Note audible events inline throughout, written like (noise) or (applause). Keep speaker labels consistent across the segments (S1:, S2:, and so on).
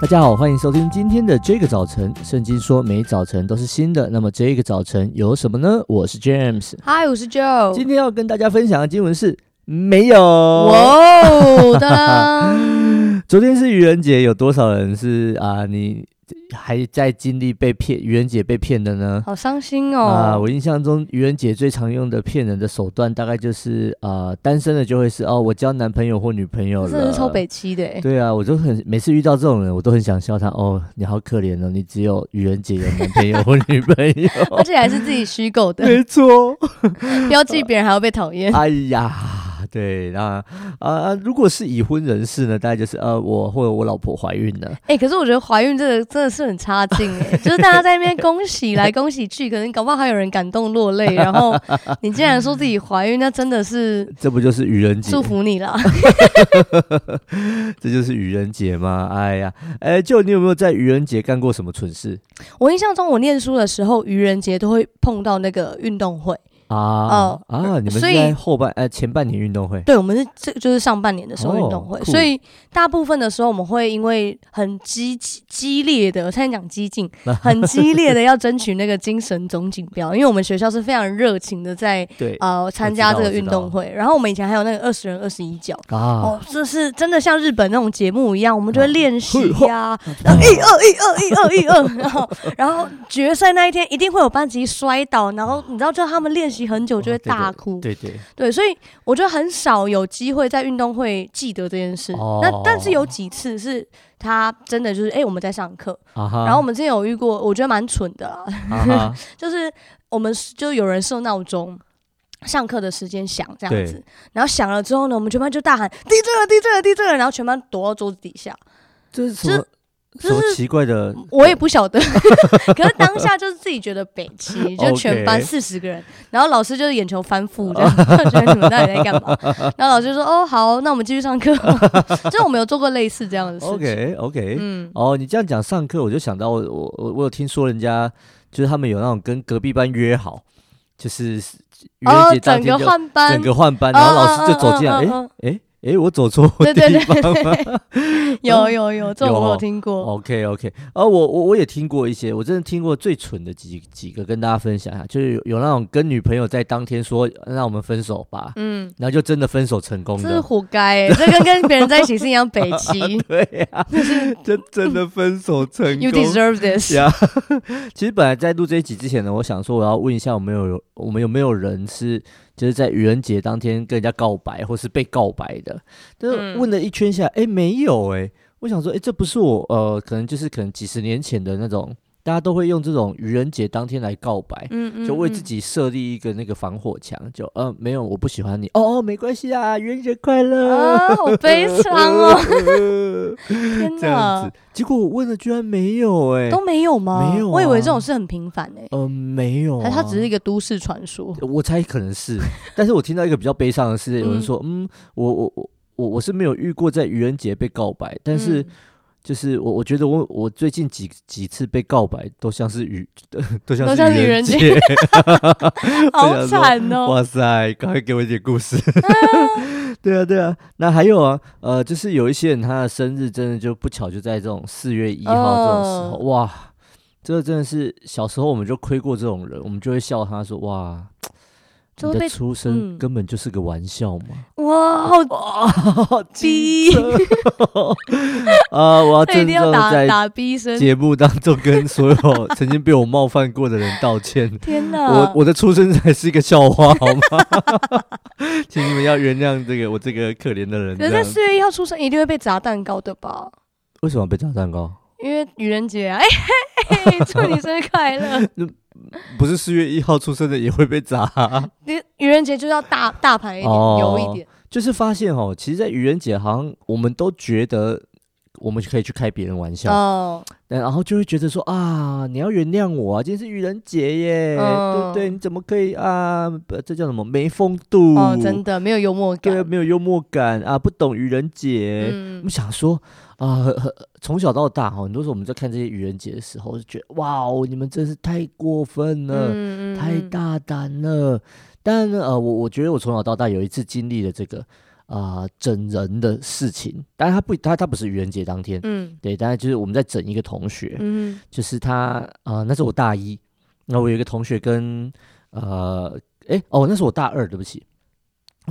S1: 大家好，欢迎收听今天的这个早晨。圣经说每早晨都是新的，那么这个早晨有什么呢？我是 James，
S2: 嗨，我是 Joe。
S1: 今天要跟大家分享的经文是没有。
S2: 哇哦，
S1: (laughs)
S2: 当当，
S1: 昨天是愚人节，有多少人是啊、你还在经历被骗愚人节被骗的呢？
S2: 好伤心
S1: 啊、
S2: 哦。
S1: 我印象中愚人节最常用的骗人的手段，大概就是啊，单身的就会是哦，我交男朋友或女朋友
S2: 这
S1: 了，
S2: 真的是超北七的哎。
S1: 对啊，我就很每次遇到这种人，我都很想笑他哦，你好可怜哦，你只有愚人节有男朋友或女朋友，
S2: (laughs) 而且还是自己虚构的，
S1: 没错。
S2: 标记别人还要被讨厌。
S1: 哎呀，对，那啊、啊如果是已婚人士呢，大概就是呃，我或者我老婆怀孕了，
S2: 哎、可是我觉得怀孕这个真的是很差劲哎、
S1: (laughs)
S2: 就是大家在那边恭喜来恭喜去，可能搞不好还有人感动
S1: (laughs)
S2: 落泪，然后你竟然说自己怀孕，那真的是
S1: 这不就是愚人节？
S2: 祝福你啦。 (laughs)
S1: 这就是愚人节吗？哎呀，哎，就你有没有在愚人节干过什么蠢事
S2: 我印象中，我念书的时候，愚人节都会碰到那个运动会，
S1: 啊？
S2: 哦
S1: 啊，你们是
S2: 所以
S1: 在后半呃前半年运动会
S2: 对，我们是这就是上半年的时候运动会，
S1: 哦酷
S2: 所以大部分的时候我们会因为很激激烈的，我差点讲
S1: (laughs)
S2: 激进，很激烈的要争取那个精神总锦标，因为我们学校是非常热情的在
S1: 对
S2: 呃参加这
S1: 我
S2: 个
S1: 知道
S2: 运动会，然后我们以前还有那个二十人二十一脚。
S1: 啊，
S2: 哦，这是真的像日本那种节目一样，我们
S1: 哦
S2: 就会练习呀、
S1: 然后
S2: 一二一二一二一二，然后然后决赛那一天一定会有班级摔倒，然后你知道，就他们练习很久就会
S1: 哦对对
S2: 大哭，
S1: 对对
S2: 对，所以我觉得很少有机会在运动会记得这件事。
S1: 哦
S2: 那但是有几次是他真的就是，哎、我们在上课，
S1: 啊哈，
S2: 然后我们之前有遇过，我觉得蛮蠢的啦， (laughs)
S1: 啊哈，
S2: 就是我们就有人设闹钟。上课的时间响这样子
S1: 对，
S2: 然后响了之后呢，我们全班就大喊 DJ 了 DJ 了 DJ 了，然后全班躲到桌子底下。
S1: 这是什么？
S2: 这
S1: 什么
S2: 是
S1: 奇怪的？ (laughs)
S2: 我也不晓得， (laughs) 可是当下就是自己觉得北齐，就全班
S1: OK
S2: 四十个人，然后老师就是眼球翻覆
S1: (laughs)
S2: 这样，就觉得你们到底在干嘛？然后老师就说：“哦，好，那我们继续
S1: (laughs)
S2: 上课。”就是我们有做过类似这样的事情。
S1: OK OK，、
S2: 嗯，
S1: 哦，你这样讲上课，我就想到我我我我有听说人家就是他们有那种跟隔壁班约好，就是愚人
S2: 哦
S1: 节，当
S2: 整
S1: 天
S2: 个
S1: 就
S2: 换班，
S1: 整个换班，然后老师就走进来，
S2: 嗯嗯嗯
S1: 诶诶
S2: 嗯
S1: 诶，我走错
S2: 对
S1: 地
S2: 对
S1: 方。嗯
S2: 对
S1: (laughs)
S2: 对，对 (laughs) 有有有，这
S1: 哦
S2: 种我有听过。
S1: OK OK，啊，我我我也听过一些，我真的听过最蠢的几几个，跟大家分享一下，就是有有那种跟女朋友在当天说让我们分手吧，
S2: 嗯，
S1: 然后就真的分手成功
S2: 这是
S1: 的，
S2: 活该欸，这跟跟别人在一起是一样北齐
S1: (laughs) 对呀、就真的分手成功。
S2: ，You deserve this。
S1: (laughs) 呀、其实本来在录这一集之前呢，我想说我要问一下，我们有我们有没有人是就是在愚人节当天跟人家告白，或是被告白的？但是
S2: 嗯
S1: 问了一圈下来，哎、没有哎、我想说，哎、这不是我呃，可能就是可能几十年前的那种，大家都会用这种愚人节当天来告白。
S2: 嗯嗯，
S1: 就为
S2: 嗯
S1: 自己设立一个那个防火墙，就呃没有，我不喜欢你哦，没关系啊，愚人节快乐， (laughs)
S2: 啊，好悲伤哦，天
S1: 这样
S2: 哪
S1: 子，，结果我问了居然没有哎、
S2: 都没有吗？
S1: 没有啊
S2: 我以为这种事很平凡诶、
S1: 呃，没有、
S2: 还
S1: 啊，
S2: 它只是一个都市传说。
S1: 我猜可能是，但是我听到一个比较悲伤的
S2: (laughs)
S1: 是，有人
S2: 嗯
S1: 说，嗯，我我我我我是没有遇过在愚人节被告白，但是
S2: 嗯
S1: 就是我我觉得我我最近几几次被告白都像是愚， (laughs) 都像
S2: 都
S1: 是
S2: 像
S1: 愚
S2: 愚
S1: 人
S2: 人节嗯
S1: (laughs) 啊
S2: 好惨哦、
S1: 哇塞，赶快给我一点故事。 (laughs) 对啊，对啊。那还有啊，呃，就是有一些人他的生日真的就不巧就在这种四月一号这种时候，
S2: 哦
S1: 哇，这个真的是小时候我们就亏过这种人，我们就会笑他说哇。
S2: 就
S1: 你的
S2: 会被
S1: 出生
S2: 嗯
S1: 根本就是个玩笑嘛！
S2: (laughs) 哇，好
S1: (laughs) 哇，
S2: 逼，
S1: (laughs) 啊！我要
S2: 这一
S1: 郑
S2: 定要
S1: 重地
S2: 打
S1: 在
S2: 打逼声。
S1: 节目当中跟所有曾经被我冒犯过的人道歉。
S2: 天哪，
S1: 我我的出生才是一个笑话，好吗？ (laughs) 请你们要原谅这个我这个可怜的人。
S2: 可
S1: 这
S2: 是在
S1: 样
S2: 四月一号出生一定会被砸蛋糕的吧？
S1: 为什么要被炸蛋糕？
S2: 因为愚人
S1: (laughs)
S2: 节啊，哎、嘿嘿，祝你生日快乐！
S1: 不是四月一号出生的也会被砸啊、
S2: 愚愚人节就是要大大盘一点，
S1: 哦
S2: 油一点。
S1: (laughs) 就是发现哦，其实，在愚人节好像我们都觉得我们可以去开别人玩笑，
S2: 哦，
S1: 但然后就会觉得说啊，你要原谅我啊，今天是愚人节耶，对不对？
S2: 嗯
S1: 你怎么可以啊？不这叫什么？没风度
S2: 哦，真的没有幽默
S1: 对啊，
S2: 感。
S1: 没有幽默感啊，不懂愚人节。我
S2: 嗯
S1: 们，想说啊，呵呵从小到大哈，很多时候我们在看这些愚人节的时候，就觉得哇哦，你们真是太过分了，
S2: 嗯
S1: 太。大胆了。但呢，呃，我我觉得我从小到大有一次经历了这个，啊、整人的事情，当然他不他他不是愚人节当天，
S2: 嗯
S1: 对，当然就是我们在整一个同学，
S2: 嗯
S1: 就是他啊、呃那是我大一，那我有一个同学跟呃，诶，哦，那是我大二，对不起，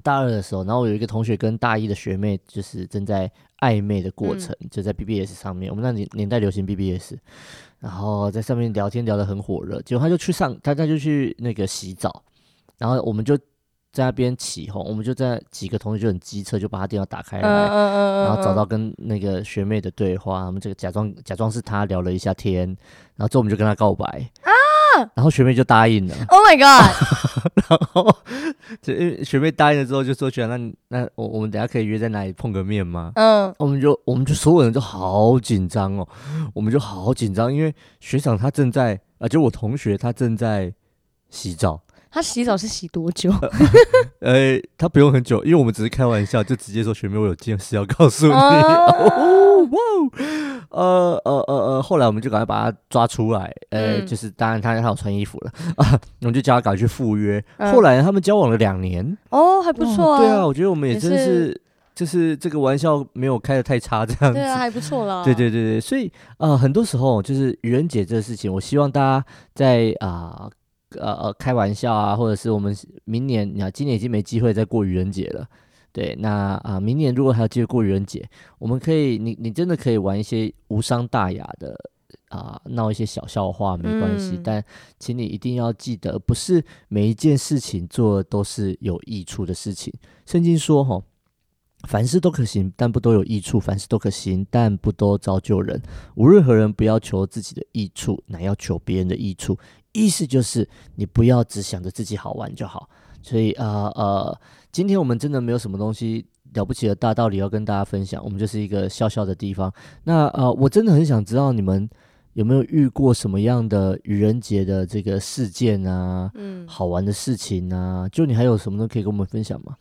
S1: 大二的时候，然后我有一个同学跟大一的学妹，就是正在暧昧的过程，就在 BBS 上面，我们那年年代流行 BBS，然后在上面聊天聊得很火热，结果他就去上，他他就去那个洗澡，然后我们就在那边起哄，我们就在几个同学就很机车，就把他电话打开
S2: 嗯嗯
S1: 来。
S2: 嗯，
S1: 哎然后找到跟那个学妹的对话，我们这个假装假装是他聊了一下天，然后之后我们就跟他告白啊，然后学妹就答
S2: (laughs)
S1: 应了，
S2: Oh my god！
S1: 然后就因为学妹答应了之后就说学长，那那我我们等下可以约在哪里碰个面吗？
S2: 嗯，
S1: 我们就我们就所有人都好紧张哦，我们就好紧张，因为学长他正在啊，就我同学他正在洗澡，
S2: 他洗澡是洗多久？
S1: 呃，他不用很久，因为我们只是开玩笑，就直接说学妹，我有件事要告诉你。
S2: 哦
S1: 哦哇哦，呃呃呃呃，后来我们就赶快把他抓出来，呃，
S2: 嗯
S1: 就是当然他他有穿衣服了啊，我们就叫他赶快去赴约。
S2: 嗯
S1: 后来他们交往了两年，
S2: 哦，还不错
S1: 哇对啊，，我觉得我们也
S2: 也
S1: 真的
S2: 是
S1: 是，就是这个玩笑没有开的太差这样子
S2: 对。啊，还不错啦。
S1: 对对对对，所以啊、呃很多时候就是愚人节这个事情，我希望大家在啊呃呃开玩笑啊，或者是我们明年啊，今年已经没机会再过愚人节了。对，那啊、明年如果还有机会过愚人节，我们可以，你你真的可以玩一些无伤大雅的啊、闹一些小笑话没关系，
S2: 嗯
S1: 但请你一定要记得，不是每一件事情做的都是有益处的事情。圣经说，哈，凡事都可行，但不都有益处；凡事都可行，但不都造就人。无论何人，不要求自己的益处，乃要求别人的益处。意思就是，你不要只想着自己好玩就好。所以，呃呃，今天我们真的没有什么东西了不起的大道理要跟大家分享，我们就是一个笑笑的地方。那呃，我真的很想知道你们有没有遇过什么样的愚人节的这个事件啊，
S2: 嗯，
S1: 好玩的事情啊？就你还有什么东西可以跟我们分享吗？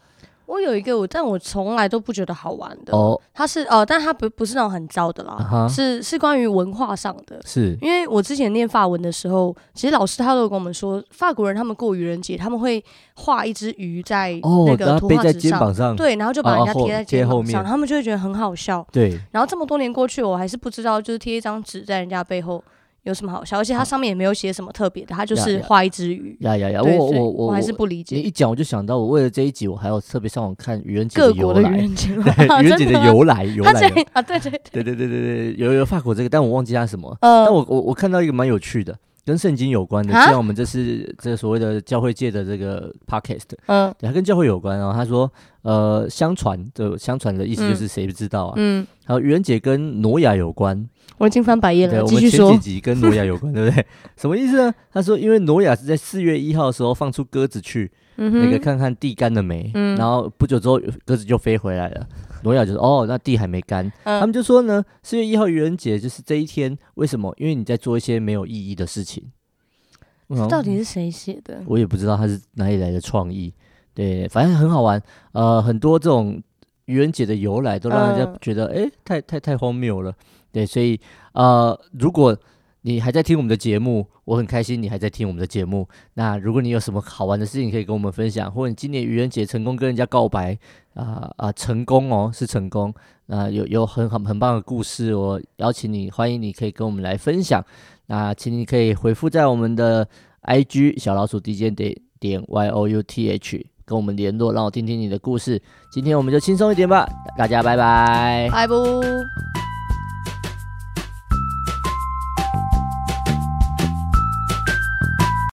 S2: 我有一个，我但我从来都不觉得好玩的。
S1: 哦，
S2: 它是哦，但它不不是那种很糟的
S1: 啊
S2: 啦，
S1: 哈，
S2: 是是关于文化上的。
S1: 是，
S2: 因为我之前念法文的时候，其实老师他都有跟我们说，法国人他们过愚人节，他们会画一只鱼在
S1: 哦然
S2: 那，个
S1: 后
S2: 图
S1: 背
S2: 画
S1: 在
S2: 纸
S1: 肩
S2: 上，
S1: 膀上，
S2: 对，然后就把人
S1: 啊
S2: 家
S1: 后
S2: 贴在
S1: 贴
S2: 肩
S1: 后
S2: 膀
S1: 面
S2: 上，他们就会觉得很好笑。
S1: 对，
S2: 然后这么多年过去，我还是不知道，就是贴一张纸在人家背后有什么好笑，而且它上面也没有写什么特别的，它就
S1: 嗯呀
S2: 是
S1: 呀
S2: 画一只鱼。
S1: 呀呀呀，
S2: 对，
S1: 我
S2: 所以
S1: 我我
S2: 还是。不理
S1: 你
S2: 解
S1: 一讲我就想到，我为了这一集，我还有特别上网看愚人节
S2: 各
S1: 由
S2: 国的
S1: 来，
S2: 愚
S1: (laughs)
S2: 人 (laughs) 节
S1: 对愚人节的由来，由
S2: 他
S1: 来
S2: 这
S1: 由来，
S2: 啊，对对对，
S1: 对对对对对，有有法国这个，但我忘记它什么。
S2: 呃
S1: 但，我我我看到一个蛮有趣的，跟圣经有关的，
S2: 啊
S1: 既然我们这是这所谓的教会界的这个 podcast，
S2: 嗯
S1: 对，它跟教会有关。然后哦他说，呃，相传的相传的意思就是谁知道啊？
S2: 嗯，
S1: 还有愚人节跟挪亚有关，
S2: 我已经翻白眼
S1: 对，
S2: 了，
S1: 我
S2: 嗯继
S1: 们
S2: 续
S1: 前几
S2: 说。
S1: 集跟挪亚有关，对不对？ (laughs) 什么意思呢？他说，因为挪亚是在四月一号的时候放出鸽子去，
S2: 嗯
S1: 那个
S2: 哼，
S1: 看看地干了没，
S2: 嗯
S1: 然后不久之后鸽子就飞回来了。挪亚就说：“哦，那地还没干。”
S2: 嗯
S1: 他们就说呢，四月一号愚人节就是这一天，为什么？因为你在做一些没有意义的事情。嗯
S2: 到底是谁写的？
S1: 我也不知道他是哪里来的创意，对，反正很好玩。呃，很多这种愚人节的由来都让人家
S2: 嗯
S1: 觉得，哎、太太太荒谬了。对，所以呃，如果你还在听我们的节目，我很开心你还在听我们的节目。那如果你有什么好玩的事情可以跟我们分享，或者你今年愚人节成功跟人家告白，啊、啊、成功哦，是成功。那、有有很很很棒的故事，我邀请你，欢迎你可以跟我们来分享。那请你可以回复在我们的 I G 小老鼠 DJ 点点 Y O U T H 跟我们联络，让我听听你的故事。今天我们就轻松一点吧，大家拜拜。
S2: 拜不。